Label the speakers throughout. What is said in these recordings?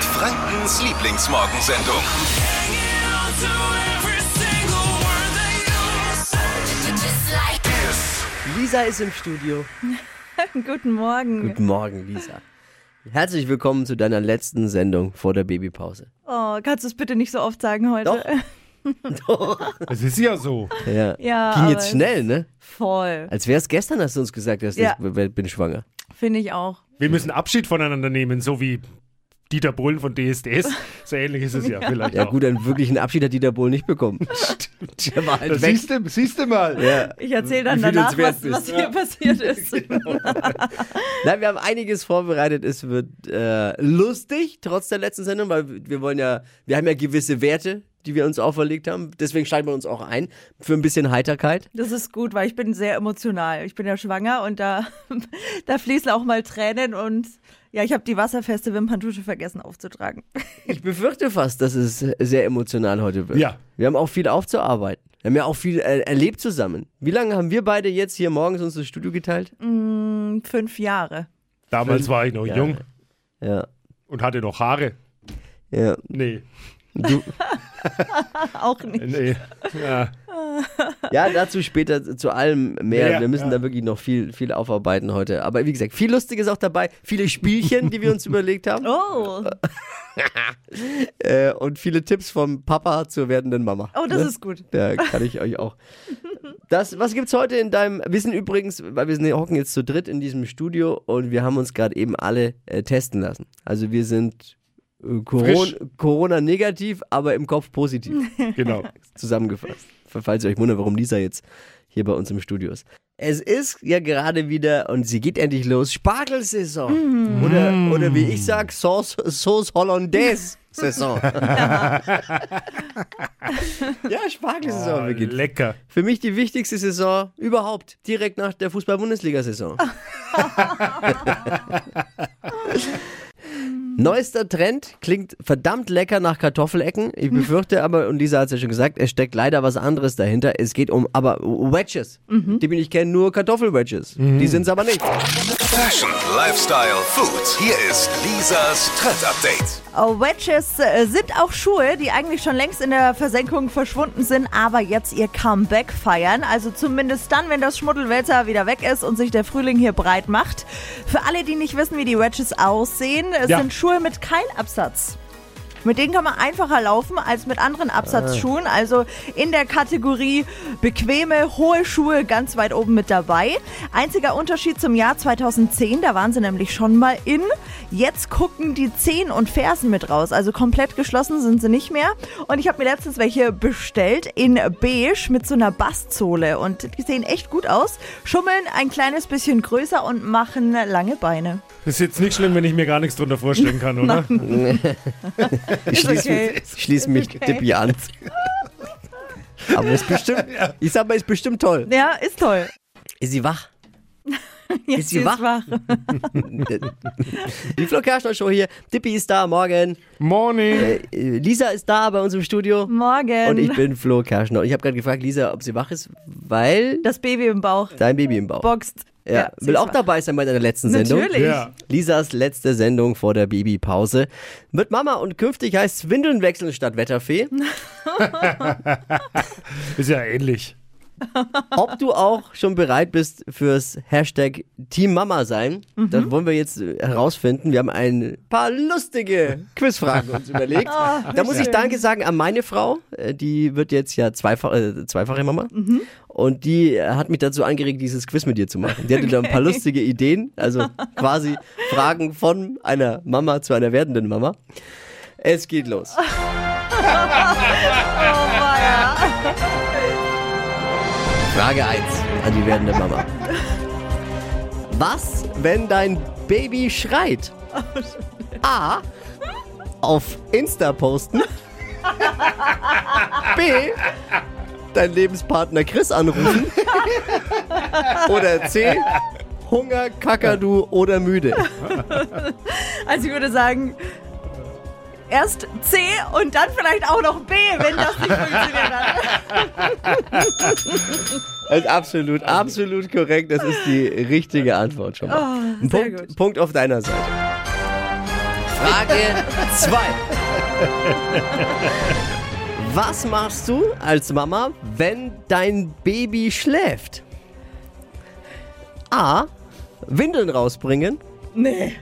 Speaker 1: Frankens Lieblingsmorgensendung.
Speaker 2: Lisa ist im Studio.
Speaker 3: Guten Morgen.
Speaker 2: Guten Morgen, Lisa. Herzlich willkommen zu deiner letzten Sendung vor der Babypause.
Speaker 3: Oh, kannst du es bitte nicht so oft sagen heute?
Speaker 2: Doch.
Speaker 4: Es ist ja so.
Speaker 2: Ja.
Speaker 3: Ja,
Speaker 2: Ging
Speaker 3: aber
Speaker 2: jetzt schnell, ne?
Speaker 3: Voll.
Speaker 2: Als wäre es gestern, hast du uns gesagt, dass
Speaker 3: Ja.
Speaker 2: ich bin schwanger.
Speaker 3: Finde ich auch.
Speaker 4: Wir müssen Abschied voneinander nehmen, so wie Dieter Bohlen von DSDS. So ähnlich ist es ja, vielleicht.
Speaker 2: Ja,
Speaker 4: auch.
Speaker 2: gut, einen wirklichen Abschied hat Dieter Bohl nicht bekommen. Der war halt
Speaker 4: Das
Speaker 2: weg.
Speaker 4: siehst du, siehst du mal.
Speaker 2: Ja.
Speaker 3: Ich erzähle dann
Speaker 2: Wie viel du
Speaker 3: danach,
Speaker 2: uns wert
Speaker 3: was,
Speaker 2: bist.
Speaker 3: was hier passiert ist.
Speaker 2: Nein, wir haben einiges vorbereitet. Es wird äh, lustig, trotz der letzten Sendung, weil wir wollen ja, wir haben ja gewisse Werte, die wir uns auferlegt haben. Deswegen schalten wir uns auch ein für ein bisschen Heiterkeit.
Speaker 3: Das ist gut, weil ich bin sehr emotional. Ich bin ja schwanger und da, da fließen auch mal Tränen und ja, ich habe die wasserfeste Wimperntusche vergessen aufzutragen.
Speaker 2: Ich befürchte fast, dass es sehr emotional heute wird.
Speaker 4: Ja.
Speaker 2: Wir haben auch viel aufzuarbeiten. Wir haben ja auch viel äh, erlebt zusammen. Wie lange haben wir beide jetzt hier morgens uns das Studio geteilt?
Speaker 3: Fünf Jahre.
Speaker 4: Damals war ich noch
Speaker 2: Ja.
Speaker 4: jung
Speaker 2: Ja.
Speaker 4: und hatte noch Haare.
Speaker 2: Ja.
Speaker 4: Nee,
Speaker 2: Du,
Speaker 3: Auch
Speaker 2: Äh,
Speaker 3: nicht.
Speaker 4: nee. Ja.
Speaker 2: ja, dazu später zu allem mehr.
Speaker 4: Ja,
Speaker 2: wir müssen
Speaker 4: ja.
Speaker 2: da wirklich noch viel, viel aufarbeiten heute. Aber wie gesagt, viel Lustiges auch dabei, viele Spielchen, die wir uns überlegt haben.
Speaker 3: Oh,
Speaker 2: Äh, und viele Tipps vom Papa zur werdenden Mama.
Speaker 3: oh das
Speaker 2: Ne?
Speaker 3: ist gut.
Speaker 2: Da kann ich euch auch. Das, was gibt's heute in deinem. Wir sind übrigens, weil wir sind, hocken jetzt zu dritt in diesem Studio und wir haben uns gerade eben alle äh, testen lassen. Also wir sind äh,
Speaker 4: Frisch.
Speaker 2: Corona, Corona negativ, aber im Kopf positiv.
Speaker 4: Genau.
Speaker 2: Zusammengefasst. Falls ihr euch wundert, warum Lisa jetzt hier bei uns im Studio ist. Es ist ja gerade wieder und sie geht endlich los. Spargelsaison. Oder, oder wie ich sag, Sauce, Sauce Hollandaise Saison. ja, Spargelsaison
Speaker 4: Oh,
Speaker 2: beginnt.
Speaker 4: lecker.
Speaker 2: Für mich die wichtigste Saison überhaupt, direkt nach der Fußball-Bundesliga-Saison. Neuester Trend klingt verdammt lecker nach Kartoffelecken. Ich befürchte aber, und Lisa hat es ja schon gesagt, es steckt leider was anderes dahinter. Es geht um aber Wedges. Die bin ich kenne nur Kartoffelwedges. Die sind es aber nicht.
Speaker 1: Fashion, Lifestyle, Food. Hier ist Lisas Trend Update.
Speaker 3: Oh, Wedges äh, sind auch Schuhe, die eigentlich schon längst in der Versenkung verschwunden sind, aber jetzt ihr Comeback feiern. Also zumindest dann, wenn das Schmuddelwetter wieder weg ist und sich der Frühling hier breit macht. Für alle, die nicht wissen, wie die Wedges aussehen, es
Speaker 4: Ja.
Speaker 3: sind Schuhe mit Keilabsatz. Mit denen kann man einfacher laufen als mit anderen Absatzschuhen. Also in der Kategorie bequeme, hohe Schuhe ganz weit oben mit dabei. Einziger Unterschied zum Jahr 2010, da waren sie nämlich schon mal in. Jetzt gucken die Zehen und Fersen mit raus. Also komplett geschlossen sind sie nicht mehr. Und ich habe mir letztens welche bestellt in beige mit so einer Basssohle. Und die sehen echt gut aus. Schummeln ein kleines bisschen größer und machen lange Beine.
Speaker 4: Ist jetzt nicht schlimm, wenn ich mir gar nichts drunter vorstellen kann, oder?
Speaker 2: Ich schließe
Speaker 3: okay.
Speaker 2: mich, schließ mich
Speaker 3: okay.
Speaker 2: Dippi an. Aber ist bestimmt, ich sag mal, ist bestimmt toll.
Speaker 3: Ja, ist toll.
Speaker 2: Ist sie wach?
Speaker 3: Jetzt
Speaker 2: sie wach? Die Flo Kerschner Show hier. Dippi ist da, morgen.
Speaker 4: Morning.
Speaker 2: Äh, äh, Lisa ist da bei uns im Studio.
Speaker 3: Morgen.
Speaker 2: Und ich bin Flo Kerschner. Und ich habe gerade gefragt, Lisa, ob sie wach ist, weil
Speaker 3: das Baby im Bauch
Speaker 2: dein Baby im Bauch.
Speaker 3: boxt.
Speaker 2: Ja, will auch dabei sein bei deiner letzten Sendung.
Speaker 3: Natürlich.
Speaker 4: Ja.
Speaker 2: Lisas letzte Sendung vor der Babypause. Mit Mama und künftig heißt Windeln wechseln statt Wetterfee.
Speaker 4: Ist ja ähnlich.
Speaker 2: Ob du auch schon bereit bist fürs Hashtag Team Mama sein, das wollen wir jetzt äh, herausfinden. Wir haben ein paar lustige Quizfragen uns überlegt. da muss ich Danke sagen an meine Frau. Äh, Die wird jetzt ja zweifach, äh, zweifache Mama. Und die äh, hat mich dazu angeregt, dieses Quiz mit dir zu machen. Die hatte da ein paar lustige Ideen. Also quasi Fragen von einer Mama zu einer werdenden Mama. Es geht los. Frage 1 an Ah, die werdende Mama. Was, wenn dein Baby schreit? A. Auf Insta posten. B. Dein Lebenspartner Chris anrufen. Oder C. Hunger, Kakadu oder müde.
Speaker 3: Also ich würde sagen, erst C und dann vielleicht auch noch B, wenn das nicht funktioniert hat.
Speaker 2: Das ist absolut, absolut korrekt. Das ist die richtige Antwort schon mal.
Speaker 3: Oh,
Speaker 2: Ein
Speaker 3: sehr
Speaker 2: Punkt,
Speaker 3: gut.
Speaker 2: Punkt auf deiner Seite. Frage 2. Was machst du als Mama, wenn dein Baby schläft? A. Windeln rausbringen.
Speaker 3: Nee.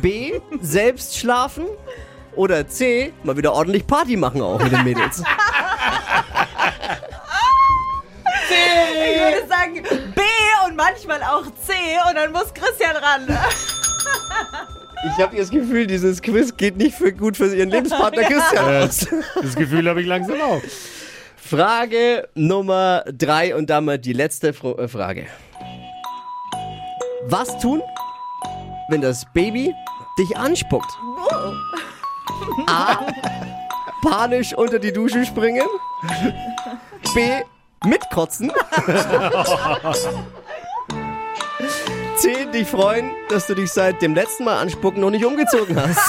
Speaker 2: B. Selbst schlafen. Oder C. Mal wieder ordentlich Party machen auch mit den Mädels.
Speaker 3: Ich würde sagen B und manchmal auch C und dann muss Christian ran.
Speaker 2: Ich habe das Gefühl, dieses Quiz geht nicht für gut für ihren Lebenspartner Christian aus.
Speaker 4: Das Gefühl habe ich langsam auch.
Speaker 2: Frage Nummer drei und damit die letzte Fro äh, Frage. Was tun, wenn das Baby dich anspuckt? A. Panisch unter die Dusche springen. B. Mitkotzen. C. Dich freuen, dass du dich seit dem letzten Mal anspucken noch nicht umgezogen hast.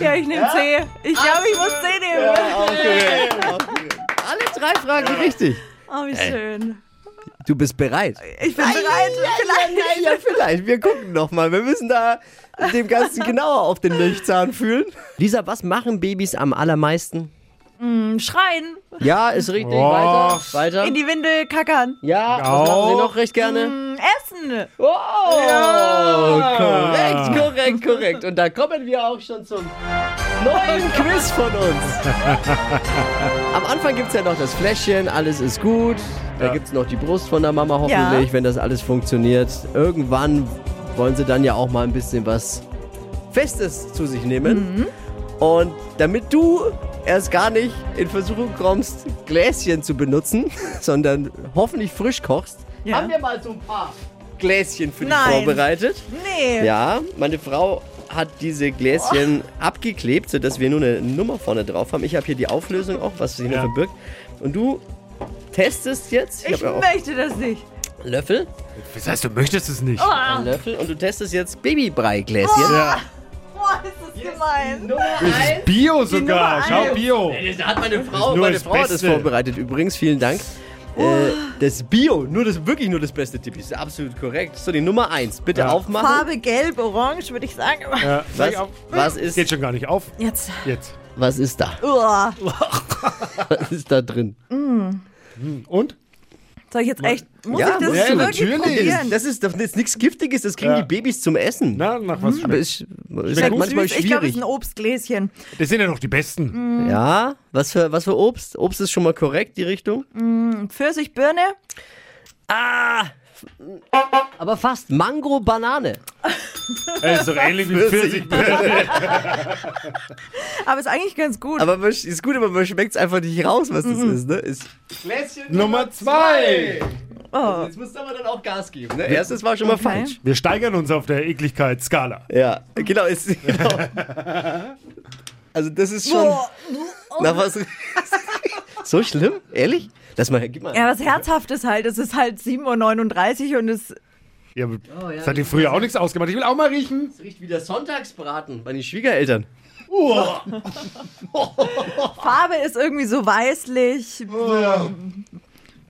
Speaker 3: Ja, ich nehme C. Ich glaube, ich muss C nehmen.
Speaker 2: Alle drei Fragen richtig.
Speaker 3: Oh, wie schön.
Speaker 2: Du bist bereit.
Speaker 3: Ich bin bereit. vielleicht.
Speaker 2: Ja, vielleicht. Wir gucken nochmal. Wir müssen da dem Ganzen genauer auf den Milchzahn fühlen. Lisa, was machen Babys am allermeisten?
Speaker 3: Schreien,
Speaker 2: Ja, ist richtig.
Speaker 4: Oh.
Speaker 2: Weiter. Weiter.
Speaker 3: in Mhm. die Windel kackern, Hm,
Speaker 2: ja, was machen sie noch recht gerne?
Speaker 3: essen.
Speaker 2: Oh, korrekt, korrekt, korrekt. Und da kommen wir auch schon zum neuen Quiz von uns. Am Anfang gibt es ja noch das Fläschchen, alles ist gut. Da
Speaker 4: Ja.
Speaker 2: gibt es noch die Brust von der Mama hoffentlich, wenn das alles funktioniert. Irgendwann wollen sie dann ja auch mal ein bisschen was Festes zu sich nehmen. Und damit du erst gar nicht in Versuchung kommst, Gläschen zu benutzen, sondern hoffentlich frisch kochst,
Speaker 3: Ja.
Speaker 2: haben wir mal so ein paar Gläschen für dich
Speaker 3: Nein.
Speaker 2: vorbereitet.
Speaker 3: Nee.
Speaker 2: Ja, meine Frau hat diese Gläschen abgeklebt, sodass wir nur eine Nummer vorne drauf haben. Ich habe hier die Auflösung auch, was sie hier
Speaker 4: Ja.
Speaker 2: verbirgt. Und du testest jetzt.
Speaker 3: Ich
Speaker 2: hab ja auch
Speaker 3: möchte das nicht.
Speaker 2: einen Löffel.
Speaker 4: Das heißt, du möchtest es nicht.
Speaker 3: Oh,
Speaker 2: Einen Löffel. Und du testest jetzt Babybrei-Gläschen.
Speaker 4: Ja.
Speaker 3: boah, ist das gemein.
Speaker 4: Bio sogar.
Speaker 3: Nummer
Speaker 4: Schau,
Speaker 3: eins.
Speaker 4: Bio.
Speaker 2: Ey, Da hat meine Frau,
Speaker 4: nur
Speaker 2: meine
Speaker 4: das
Speaker 2: Frau hat das
Speaker 4: Beste.
Speaker 2: vorbereitet. Übrigens, vielen Dank.
Speaker 3: Oh.
Speaker 2: Äh, das Bio, nur das, wirklich nur das beste Tipp. Ist absolut korrekt. So, die Nummer 1. Bitte
Speaker 4: Ja.
Speaker 2: aufmachen.
Speaker 3: Farbe gelb, orange, würde ich sagen.
Speaker 4: Ja.
Speaker 2: Was, was,
Speaker 4: Geht
Speaker 2: ist,
Speaker 4: schon gar nicht auf.
Speaker 3: Jetzt.
Speaker 4: Jetzt.
Speaker 2: was ist da?
Speaker 3: Uah.
Speaker 2: Was ist da drin?
Speaker 4: Und?
Speaker 3: Soll ich jetzt echt. Muss ich das
Speaker 2: musst du.
Speaker 3: wirklich
Speaker 4: natürlich.
Speaker 3: probieren?
Speaker 2: Das ist doch jetzt nichts Giftiges, das kriegen
Speaker 4: Ja.
Speaker 2: die Babys zum Essen.
Speaker 4: Na, nach was
Speaker 2: Aber
Speaker 4: schmeckt?
Speaker 2: ist, ist
Speaker 4: Schmeckt
Speaker 2: halt
Speaker 4: gut.
Speaker 2: manchmal
Speaker 3: Süß. Ich glaube, es
Speaker 2: schwierig.
Speaker 3: ist ein Obstgläschen.
Speaker 4: Das sind ja noch die
Speaker 3: Hm.
Speaker 4: besten.
Speaker 2: ja, was für, was für Obst? Obst ist schon mal korrekt, die Richtung.
Speaker 3: Pfirsich, Birne.
Speaker 2: Ah! Aber fast Mango, Banane.
Speaker 4: Das ist doch ähnlich wie Pfirsich.
Speaker 3: Aber ist eigentlich ganz gut.
Speaker 2: Aber man, ist gut, aber man schmeckt es einfach nicht raus, was das ist, ne? Ist,
Speaker 4: Mhm. Nummer zwei.
Speaker 3: oh.
Speaker 2: jetzt muss aber dann auch Gas geben, ne? Erstes war schon mal falsch.
Speaker 4: Wir steigern uns auf der Ekligkeitsskala.
Speaker 2: Ja, genau, ist, genau. Also das ist schon.
Speaker 3: Boah.
Speaker 4: oh.
Speaker 2: Na, was, so schlimm? Ehrlich? Lass mal, her, gib mal.
Speaker 3: Ja, was Herzhaftes halt. Es ist halt 7.39 Uhr und es.
Speaker 4: Ja,
Speaker 3: Oh,
Speaker 4: aber
Speaker 2: ja,
Speaker 4: das hat dir früher auch nichts ausgemacht. Ich will auch mal riechen.
Speaker 2: Das riecht wie der Sonntagsbraten bei den Schwiegereltern.
Speaker 3: Farbe ist irgendwie so weißlich.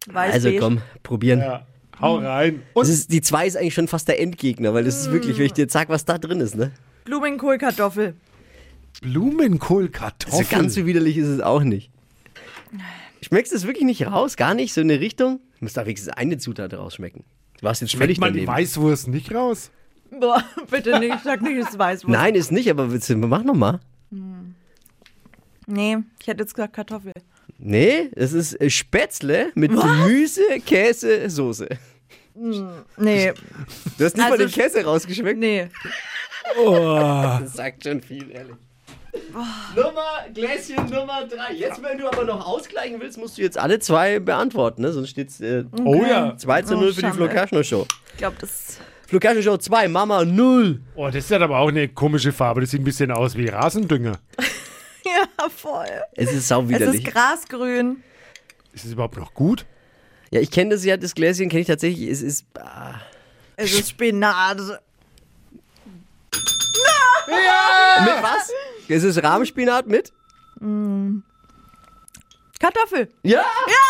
Speaker 3: Weiß
Speaker 2: Also komm, probieren.
Speaker 4: Ja, hau
Speaker 3: Mhm.
Speaker 4: rein.
Speaker 2: Das
Speaker 4: Und
Speaker 2: ist, die 2 ist eigentlich schon fast der Endgegner, weil das ist wirklich, wenn ich dir jetzt sag, was da drin ist, ne?
Speaker 3: Blumenkohlkartoffel.
Speaker 2: Also
Speaker 4: Blumenkohlkartoffeln.
Speaker 2: ganz so widerlich ist es auch nicht. Schmeckst du es wirklich nicht raus? Gar nicht? So in eine Richtung? Du musst da wenigstens eine Zutat rausschmecken. Du warst jetzt völlig
Speaker 4: Schmeckt man die
Speaker 2: daneben.
Speaker 4: Weißwurst nicht raus?
Speaker 3: Boah, bitte nicht, sag nicht, es ist Weißwurst.
Speaker 2: Nein, ist nicht, aber willst du- mach nochmal.
Speaker 3: Nee, ich hätte jetzt gesagt Kartoffel.
Speaker 2: Nee, es ist äh, Spätzle mit Gemüse, Käse, Soße.
Speaker 3: Nee,
Speaker 2: Du hast nicht mal
Speaker 3: Also
Speaker 2: den Käse rausgeschmeckt.
Speaker 3: nee.
Speaker 4: Oh.
Speaker 2: Das sagt schon viel, ehrlich. Nummer, Gläschen Nummer 3. Jetzt, wenn du aber noch ausgleichen willst, musst du jetzt alle zwei beantworten, ne? Sonst steht's äh,
Speaker 4: Oh ja.
Speaker 2: 2 zu 0 für die
Speaker 3: Schande.
Speaker 2: Flo Kerschner Show.
Speaker 3: Ich glaube, das.
Speaker 2: Flo Kerschner Show 2, Mama 0.
Speaker 4: Oh, das hat aber auch eine komische Farbe. Das sieht ein bisschen aus wie Rasendünger.
Speaker 3: Ja, voll.
Speaker 2: Es ist
Speaker 3: Es ist
Speaker 2: sauwiderlich.
Speaker 3: grasgrün.
Speaker 4: Ist es überhaupt noch gut?
Speaker 2: Ja, ich kenne das ja, das Gläschen kenne ich tatsächlich. Es ist. Ah.
Speaker 3: Es ist Spinat.
Speaker 2: Mit was? Es ist Rahmspinat mit?
Speaker 3: Kartoffel.
Speaker 2: Ja! Ja!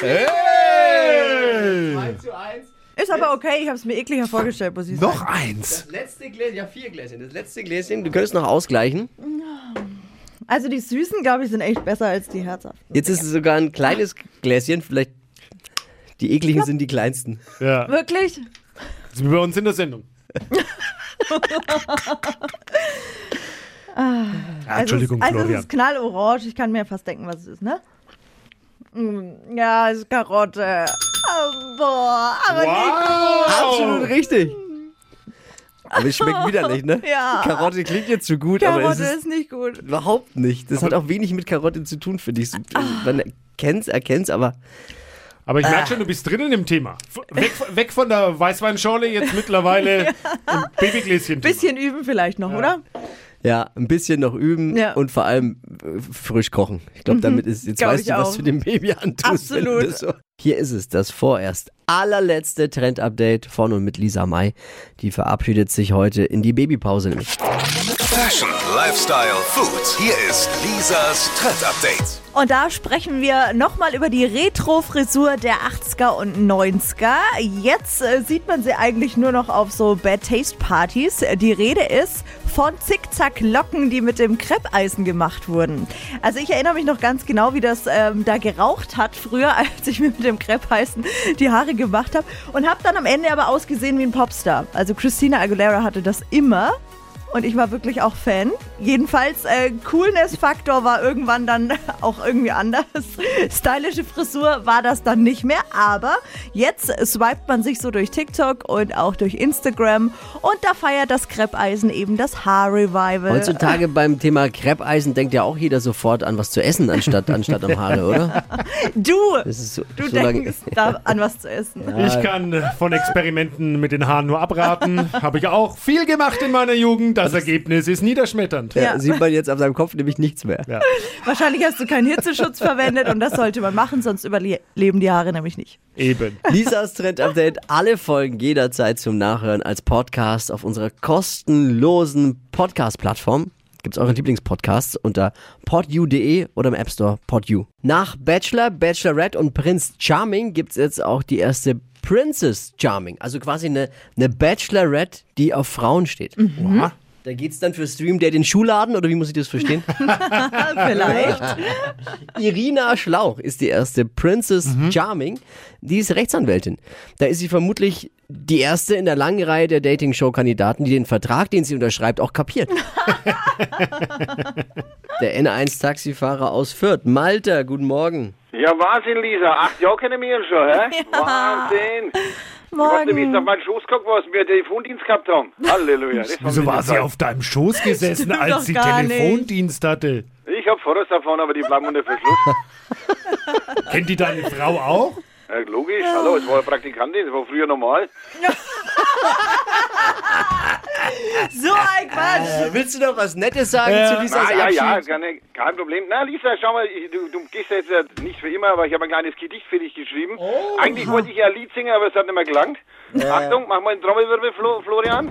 Speaker 2: Hey!
Speaker 4: Hey!
Speaker 2: 1 zu 1.
Speaker 3: Ist aber okay, ich habe es mir ekliger vorgestellt, muss ich
Speaker 5: Noch
Speaker 3: sagen.
Speaker 5: eins.
Speaker 2: Letzte Gläschen, ja, vier Gläschen. Das letzte Gläschen, du könntest noch ausgleichen.
Speaker 3: Also die süßen, glaube ich, sind echt besser als die herzhaften.
Speaker 2: Jetzt ist es sogar ein kleines Gläschen, vielleicht. Die ekligen sind die kleinsten.
Speaker 4: Ja, das
Speaker 3: Wirklich? Also
Speaker 4: ist wie bei uns in der Sendung. ah, Entschuldigung,
Speaker 3: also es, also es
Speaker 4: Florian.
Speaker 3: ist knallorange, ich kann mir fast denken, was es ist, ne? Mm, Ja, es ist Karotte. Oh, boah, aber
Speaker 2: Absolut richtig. Aber es schmeckt widerlich, ne?
Speaker 3: Ja.
Speaker 2: Karotte klingt jetzt so gut,
Speaker 3: die
Speaker 2: aber es
Speaker 3: Karotte
Speaker 2: ist
Speaker 3: ist nicht gut.
Speaker 2: überhaupt nicht. Das hat auch wenig mit Karotte zu tun, finde ich. So,
Speaker 3: Ah.
Speaker 2: Man erkennt's, erkennt's, aber
Speaker 4: Aber ich
Speaker 3: Äh.
Speaker 4: merke schon, du bist drinnen im Thema. F weg, weg von der Weißweinschorle, jetzt mittlerweile im Babygläschen.
Speaker 3: Bisschen üben vielleicht noch, oder?
Speaker 2: ja, ein bisschen noch üben
Speaker 3: Ja. Mhm.
Speaker 2: und vor allem äh, frisch kochen. Ich glaube, damit ist jetzt
Speaker 3: glaub
Speaker 2: weißt
Speaker 3: ich
Speaker 2: du, was
Speaker 3: auch.
Speaker 2: du dem Baby antust. wenn du
Speaker 3: Absolut.
Speaker 2: das so- Hier ist es, das vorerst allerletzte Trend-Update von und mit Lisa May. Die verabschiedet sich heute in die Babypause nämlich.
Speaker 1: Fashion, Lifestyle, Food. Hier ist Lisas Trend-Update.
Speaker 3: Und da sprechen wir nochmal über die Retro-Frisur der 80er und 90er. Jetzt äh, sieht man sie eigentlich nur noch auf so Bad Taste-Partys. Äh, Die Rede ist von Zickzack-Locken, die mit dem Kreppeisen gemacht wurden. Also ich erinnere mich noch ganz genau, wie das ähm, da geraucht hat früher, als ich mir mit dem Kreppeisen die Haare gemacht habe. Und habe dann am Ende aber ausgesehen wie ein Popstar. Also Christina Aguilera hatte das immer. Und ich war wirklich auch Fan. Jedenfalls, äh, Coolness-Faktor war irgendwann dann auch irgendwie anders. Stylische Frisur war das dann nicht mehr. Aber jetzt swipet man sich so durch TikTok und auch durch Instagram. Und da feiert das Kreppeisen eben das Haar-Revival.
Speaker 2: Heutzutage beim Thema Kreppeisen denkt ja auch jeder sofort an was zu essen anstatt anstatt am Haare, oder?
Speaker 3: Du,
Speaker 2: Das ist so,
Speaker 3: du
Speaker 2: so lange-
Speaker 3: denkst da an was zu essen.
Speaker 4: Ich kann äh, von Experimenten mit den Haaren nur abraten. Habe ich auch viel gemacht in meiner Jugend. Das Ergebnis ist niederschmetternd.
Speaker 2: Ja, sieht man jetzt auf seinem Kopf nämlich nichts mehr.
Speaker 4: Ja.
Speaker 3: Wahrscheinlich hast du keinen Hitzeschutz verwendet und das sollte man machen, sonst überleben die Haare nämlich nicht.
Speaker 4: Eben.
Speaker 2: Lisas Trend Update, alle Folgen jederzeit zum Nachhören als Podcast auf unserer kostenlosen Podcast-Plattform. Gibt's eure Lieblingspodcasts unter podu.de oder im App Store podu. Nach Bachelor, Bachelorette und Prinz Charming gibt's jetzt auch die erste Princess Charming. Also quasi eine, eine Bachelorette, die auf Frauen steht. Oha. Da geht's dann für Stream Date in den Schuhladen oder wie muss ich das verstehen?
Speaker 3: Vielleicht.
Speaker 2: Irina Schlauch ist die erste Princess Charming. Die ist Rechtsanwältin. Da ist sie vermutlich die erste in der langen Reihe der Dating-Show-Kandidaten, die den Vertrag, den sie unterschreibt, auch kapiert. der N1-Taxifahrer aus Fürth, Malta, guten Morgen.
Speaker 6: Ja, Wahnsinn, Lisa. Acht Jahre kennen wir uns schon, hä? Wahnsinn. Ich wusste, wie es auf
Speaker 3: Morgen.
Speaker 6: meinen Schoß geguckt was wir Telefondienst gehabt haben. Halleluja. Das
Speaker 4: Wieso war sie
Speaker 6: wieder
Speaker 4: auf deinem Schoß gesessen,
Speaker 3: Stimmt doch
Speaker 4: als sie
Speaker 3: gar nicht.
Speaker 4: Telefondienst hatte?
Speaker 6: Zeit. Ich hab Fotos davon, aber die bleiben unter Verschluss.
Speaker 4: Kennt die deine Frau auch?
Speaker 6: ja, logisch. Hallo, es war eine Praktikantin, das war früher normal.
Speaker 3: So ein Quatsch.
Speaker 2: willst du noch was Nettes sagen
Speaker 4: Ja.
Speaker 2: zu Lisas
Speaker 6: Ah, ja, ja,
Speaker 2: Abschied?
Speaker 6: keine, kein Problem. Na, Lisa, schau mal, ich, du, du gehst jetzt äh, nicht für immer, aber ich habe ein kleines Gedicht für dich geschrieben.
Speaker 4: Oh.
Speaker 6: Eigentlich wollte ich ja ein Lied singen, aber es hat nicht mehr gelangt. Achtung, mach mal einen Trommelwirbel, Flo, Florian.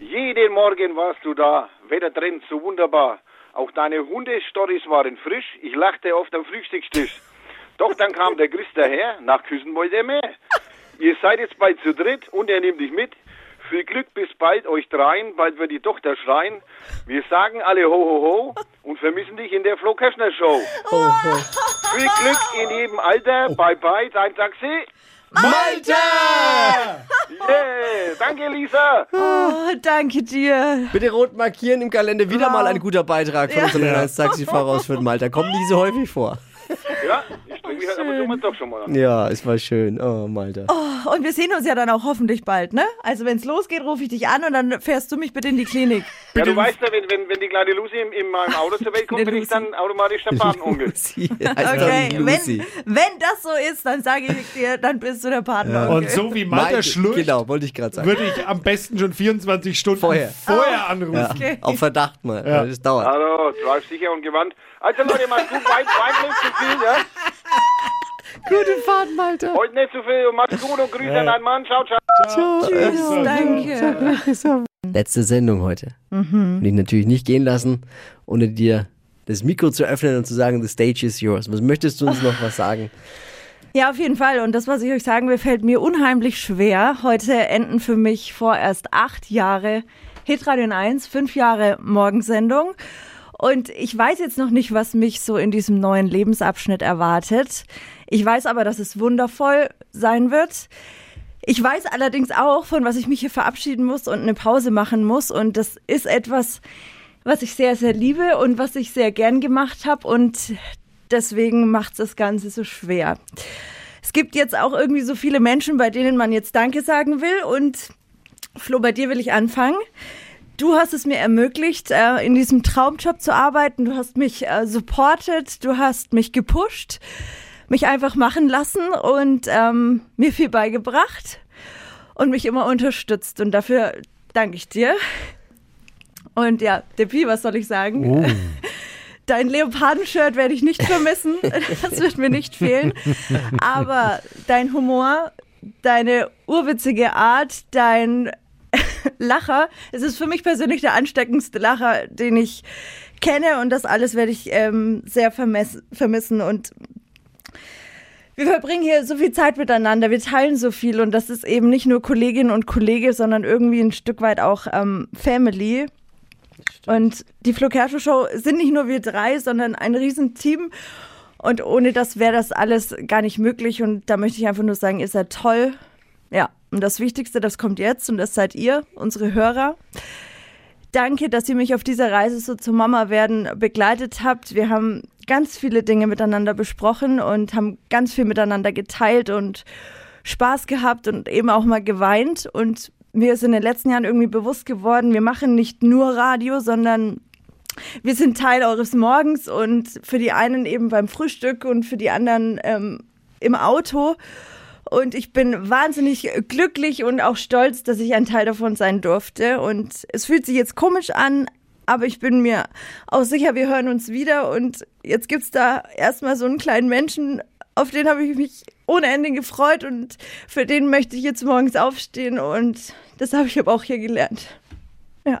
Speaker 6: Jeden Morgen warst du da, Wetter drin, so wunderbar. Auch deine Hundestories waren frisch, ich lachte oft am Frühstückstisch. Doch dann kam der Chris daher, nach Küssen wollte er mehr. Ihr seid jetzt bald zu dritt und er nimmt dich mit. Viel Glück bis bald euch dreien, bald wird die Tochter schreien. Wir sagen alle ho ho ho und vermissen dich in der Flo Kerschner Show. Viel Glück in jedem Alter, bye bye, dein Taxi.
Speaker 4: Malta!
Speaker 6: Yeah. Danke Lisa.
Speaker 3: Oh,
Speaker 2: Äh.
Speaker 3: danke dir.
Speaker 2: Bitte rot markieren im Kalender. Wieder
Speaker 3: Wow.
Speaker 2: mal ein guter Beitrag von unserem
Speaker 4: Ja.
Speaker 2: N1-Taxifahrer aus Fürth, Malta. Kommt nicht so häufig vor.
Speaker 6: Ja, ich strecke mich halt aber schon mal doch schon mal an.
Speaker 2: Ja, es war schön. Oh, Malta.
Speaker 3: Und wir sehen uns ja dann auch hoffentlich bald, ne? Also wenn es losgeht, rufe ich dich an und dann fährst du mich bitte in die Klinik.
Speaker 6: Ja, du weißt ja, wenn, wenn, wenn die kleine Lucy in, in meinem Auto zur Welt kommt,
Speaker 3: Kleine
Speaker 6: bin
Speaker 3: Lucy.
Speaker 6: ich dann automatisch der Patenonkel.
Speaker 2: Sie heißt doch
Speaker 3: Okay,
Speaker 2: nicht
Speaker 3: wenn, wenn das so ist, dann sage ich dir, dann bist du der Partner.
Speaker 4: Und so wie Malta
Speaker 2: Malte,
Speaker 4: schlürft,
Speaker 2: Genau, wollte ich gerade sagen.
Speaker 4: würde ich am besten schon 24 Stunden
Speaker 2: Vorher.
Speaker 4: vorher, anrufen.
Speaker 2: ja,
Speaker 3: okay.
Speaker 2: Auf Verdacht mal.
Speaker 4: Ja.
Speaker 2: Das dauert.
Speaker 6: Hallo, treib sicher und gewandt. Also Leute, macht's gut, weit, weit nicht zu viel, ja?
Speaker 2: Gute Fahrt, Malte.
Speaker 6: Heute nicht zu viel und macht's gut und grüße an deinen Mann. Ciao, ciao.
Speaker 3: Tschüss, danke.
Speaker 2: Letzte Sendung heute.
Speaker 4: Mhm.
Speaker 2: Und ich natürlich nicht gehen lassen, ohne dir das Mikro zu öffnen und zu sagen, the stage is yours. Was möchtest du uns noch was sagen?
Speaker 3: Ja, auf jeden Fall. Und das, was ich euch sagen will, fällt mir unheimlich schwer. Heute enden für mich vorerst acht Jahre Hitradio 1, fünf Jahre Morgensendung. Und ich weiß jetzt noch nicht, was mich so in diesem neuen Lebensabschnitt erwartet. Ich weiß aber, dass es wundervoll sein wird. Ich weiß allerdings auch, von was ich mich hier verabschieden muss und eine Pause machen muss. Und das ist etwas, was ich sehr, sehr liebe und was ich sehr gern gemacht habe. Und deswegen macht das Ganze so schwer. Es gibt jetzt auch irgendwie so viele Menschen, bei denen man jetzt Danke sagen will. Und Flo, bei dir will ich anfangen. Du hast es mir ermöglicht, äh, in diesem Traumjob zu arbeiten. Du hast mich äh, supportet, du hast mich gepusht, mich einfach machen lassen und ähm, mir viel beigebracht und mich immer unterstützt. Und dafür danke ich dir. Und ja, Depi, was soll ich sagen? Dein Leopardenshirt werde ich nicht vermissen. Das wird mir nicht fehlen. Aber dein Humor, deine urwitzige Art, dein Lacher, es ist für mich persönlich der ansteckendste Lacher, den ich kenne. Und das alles werde ich ähm, sehr vermess- vermissen. Und wir verbringen hier so viel Zeit miteinander, wir teilen so viel und das ist eben nicht nur Kollegin und Kollege, sondern irgendwie ein Stück weit auch ähm, Family. Und die Flo Kerschel Show sind nicht nur wir drei, sondern ein Riesenteam. Und ohne das wäre das alles gar nicht möglich. Und da möchte ich einfach nur sagen, ihr seid toll. Ja, und das Wichtigste, das kommt jetzt und das seid ihr, unsere Hörer. Danke, dass ihr mich auf dieser Reise so zur Mama werden begleitet habt. Wir haben ganz viele Dinge miteinander besprochen und haben ganz viel miteinander geteilt und Spaß gehabt und eben auch mal geweint. Und mir ist in den letzten Jahren irgendwie bewusst geworden, wir machen nicht nur Radio, sondern wir sind Teil eures Morgens und für die einen eben beim Frühstück und für die anderen ähm, im Auto. Und ich bin wahnsinnig glücklich und auch stolz, dass ich ein Teil davon sein durfte. Und es fühlt sich jetzt komisch an, aber ich bin mir auch sicher, wir hören uns wieder. Und jetzt gibt's da erstmal so einen kleinen Menschen, auf den habe ich mich ohne Ende gefreut. Und für den möchte ich jetzt morgens aufstehen. Und das habe ich aber auch hier gelernt. Ja.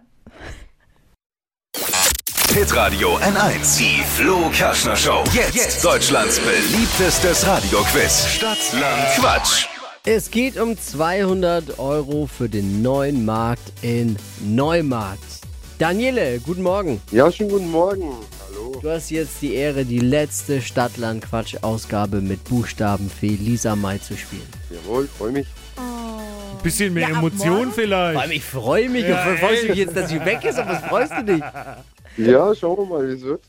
Speaker 1: Hitradio N1. Die Flo Kerschner Show. Jetzt, Deutschlands beliebtestes Radioquiz. Stadt, Land, Quatsch.
Speaker 2: Es geht um 200 Euro für den neuen Markt in Neumarkt. Daniele, guten Morgen.
Speaker 5: Ja, schönen guten Morgen. Hallo.
Speaker 2: Du hast jetzt die Ehre, die letzte Stadtland-Quatsch-Ausgabe mit Buchstaben E für Lisa Mai zu spielen.
Speaker 5: Jawohl, freue mich.
Speaker 4: Bisschen mehr
Speaker 3: Ja, ab
Speaker 4: Emotion
Speaker 3: morgen.
Speaker 2: Vor
Speaker 4: vielleicht.
Speaker 2: allem, ich freue mich.
Speaker 4: Ja,
Speaker 2: und freust du
Speaker 4: ey.
Speaker 2: dich jetzt, dass sie weg ist? Aber was freust du dich?
Speaker 5: Ja, schauen wir mal, wie es wird.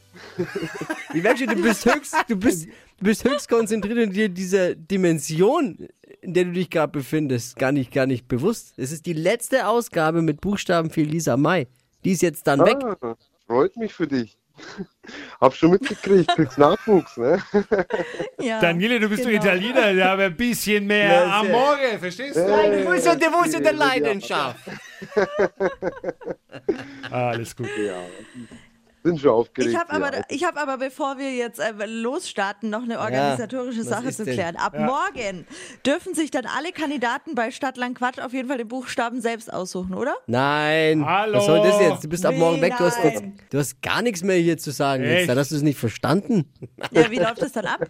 Speaker 2: Ich merke schon, du bist höchst, du bist, du bist höchst konzentriert in dir dieser Dimension, in der du dich gerade befindest, gar nicht, gar nicht bewusst. Es ist die letzte Ausgabe mit Buchstaben für Lisa Mai. Die ist jetzt dann weg.
Speaker 5: Ah, freut mich für dich. Hab schon mitgekriegt, kriegst Nachwuchs, ne?
Speaker 3: ja.
Speaker 4: Daniele, du bist
Speaker 3: Genau.
Speaker 4: doch Italiener, da haben wir ein bisschen mehr
Speaker 2: Ja, sehr.
Speaker 4: Amore, verstehst du?
Speaker 2: Wo ist denn, wo ist denn der
Speaker 5: Ja.
Speaker 2: Leidenschaft?
Speaker 4: Ah, alles gut.
Speaker 5: Bin schon aufgeregt.
Speaker 3: Ich habe aber,
Speaker 5: ja.
Speaker 3: ich hab aber, bevor wir jetzt äh, losstarten, noch eine organisatorische
Speaker 2: was
Speaker 3: Sache
Speaker 2: ist
Speaker 3: zu
Speaker 2: denn?
Speaker 3: klären. Ab morgen dürfen sich dann alle Kandidaten bei Stadtland Quatsch auf jeden Fall den Buchstaben selbst aussuchen, oder?
Speaker 2: Nein.
Speaker 4: Hallo.
Speaker 2: Was soll das jetzt? Du bist ab morgen weg. Du hast, jetzt,
Speaker 3: Nein.
Speaker 2: du hast gar nichts mehr hier zu sagen. Jetzt.
Speaker 4: Echt?
Speaker 2: Dann hast du es nicht verstanden.
Speaker 3: Ja, wie läuft das dann ab?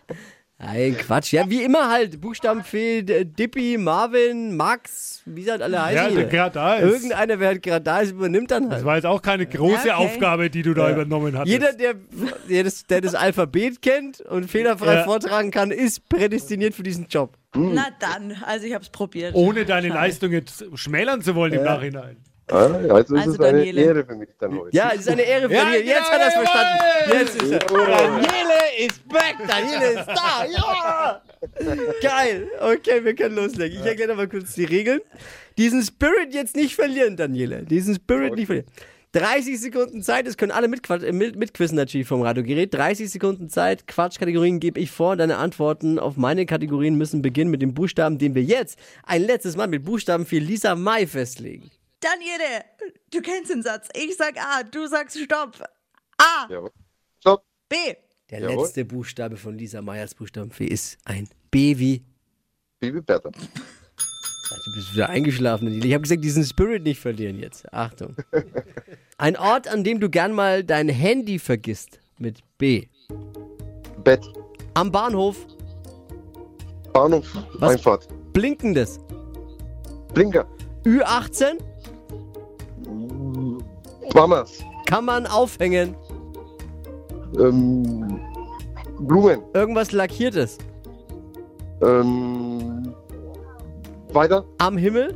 Speaker 2: Nein, Quatsch. Ja, wie immer halt. Buchstabenfee, D- Dippy, Marvin, Max, wie sie halt alle
Speaker 4: Ja,
Speaker 2: heißen.
Speaker 4: der
Speaker 2: hier.
Speaker 4: gerade da ist.
Speaker 2: Irgendeiner, wer halt gerade da ist, übernimmt dann halt.
Speaker 4: Das war jetzt auch keine große
Speaker 3: Ja, okay.
Speaker 4: Aufgabe, die du da übernommen hattest.
Speaker 2: Jeder, der, der, das, der das Alphabet kennt und fehlerfrei
Speaker 4: Ja.
Speaker 2: vortragen kann, ist prädestiniert für diesen Job.
Speaker 3: Na dann, also ich habe es probiert.
Speaker 4: ohne deine Leistung jetzt schmälern zu wollen im Nachhinein.
Speaker 5: Ah, ja, also ist
Speaker 3: Also,
Speaker 5: es eine
Speaker 3: Daniele.
Speaker 5: Ehre für mich dann heute.
Speaker 2: Ja, es ist eine Ehre für
Speaker 4: Ja,
Speaker 2: dir. Jetzt
Speaker 4: genau,
Speaker 2: hat er es
Speaker 4: jawohl!
Speaker 2: verstanden. Jetzt ist er.
Speaker 5: Jawohl.
Speaker 2: Daniele ist back. Daniele ist da. Ja. Geil. Okay, wir können loslegen. Ich erkläre mal kurz die Regeln. Diesen Spirit jetzt nicht verlieren, Daniele. Diesen Spirit nicht verlieren. 30 Sekunden Zeit, das können alle mitquat- äh, mit, mitquissen natürlich vom Radiogerät. 30 Sekunden Zeit, Quatschkategorien gebe ich vor. Deine Antworten auf meine Kategorien müssen beginnen mit dem Buchstaben, den wir jetzt ein letztes Mal mit Buchstaben für Lisa Mai festlegen.
Speaker 3: Daniele, du kennst den Satz. Ich sag A, du sagst Stopp. A,
Speaker 5: Ja. Stopp.
Speaker 3: B.
Speaker 2: Der
Speaker 5: Jawohl.
Speaker 2: letzte Buchstabe von Lisa Meyers Buchstabenfee ist ein B wie.
Speaker 5: Baby
Speaker 2: Ach,
Speaker 5: Better.
Speaker 2: Du bist wieder eingeschlafen. Nili. Ich habe gesagt, diesen Spirit nicht verlieren jetzt. Achtung. Ein Ort, an dem du gern mal dein Handy vergisst. Mit B.
Speaker 5: Bett.
Speaker 2: Am Bahnhof.
Speaker 5: Bahnhof,
Speaker 2: Was?
Speaker 5: Einfahrt.
Speaker 2: Blinkendes.
Speaker 5: Blinker.
Speaker 2: Ü18
Speaker 5: Bammers.
Speaker 2: kann man aufhängen.
Speaker 5: Ähm, Blumen.
Speaker 2: Irgendwas Lackiertes.
Speaker 5: Ähm, weiter.
Speaker 2: Am Himmel.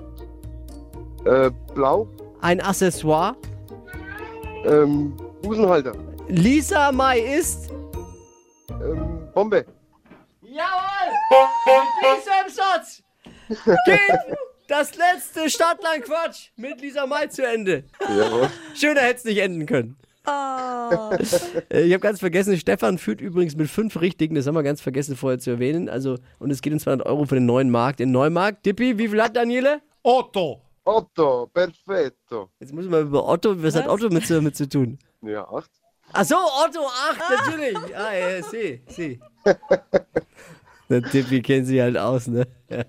Speaker 5: Äh, Blau.
Speaker 2: Ein Accessoire.
Speaker 5: Ähm, Busenhalter.
Speaker 2: Lisa Mai ist.
Speaker 5: Ähm, Bombe.
Speaker 2: Diesem Satz geht das letzte Stadtlandquatsch mit Lisa Mai zu Ende.
Speaker 5: Jawohl.
Speaker 2: Schöner hätte es nicht enden können. Äh, Ich habe ganz vergessen, Stefan führt übrigens mit fünf richtigen, das haben wir ganz vergessen vorher zu erwähnen. Also, und es geht um 200 Euro für den neuen Markt in Neumarkt. Dippi, wie viel hat Daniele?
Speaker 4: Otto.
Speaker 5: Otto, perfetto.
Speaker 2: Jetzt müssen wir über Otto, was, hat Otto mit, zu- mit zu tun?
Speaker 5: Ja, acht.
Speaker 2: Ach so, Otto 8, natürlich. Ah, ja, sie, sie. Der Tippi kennt sie halt aus, ne?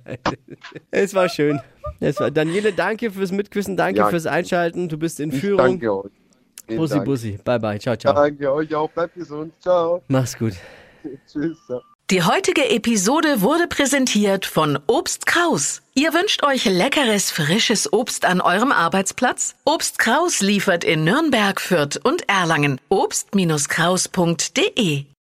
Speaker 2: es war schön. Es war, Daniele, danke fürs Mitquissen, danke
Speaker 5: Ja.
Speaker 2: fürs Einschalten. Du bist in
Speaker 5: Ich
Speaker 2: Führung.
Speaker 5: danke euch. Vielen
Speaker 2: Bussi,
Speaker 5: Dank.
Speaker 2: Bussi. Bye, bye. Ciao, ciao.
Speaker 5: Danke euch auch. Bleibt gesund. Ciao.
Speaker 2: Mach's gut.
Speaker 5: Tschüss. Ja.
Speaker 7: Die heutige Episode wurde präsentiert von Obst Kraus. Ihr wünscht euch leckeres, frisches Obst an eurem Arbeitsplatz? Obst Kraus liefert in Nürnberg, Fürth und Erlangen. Obst-Kraus.de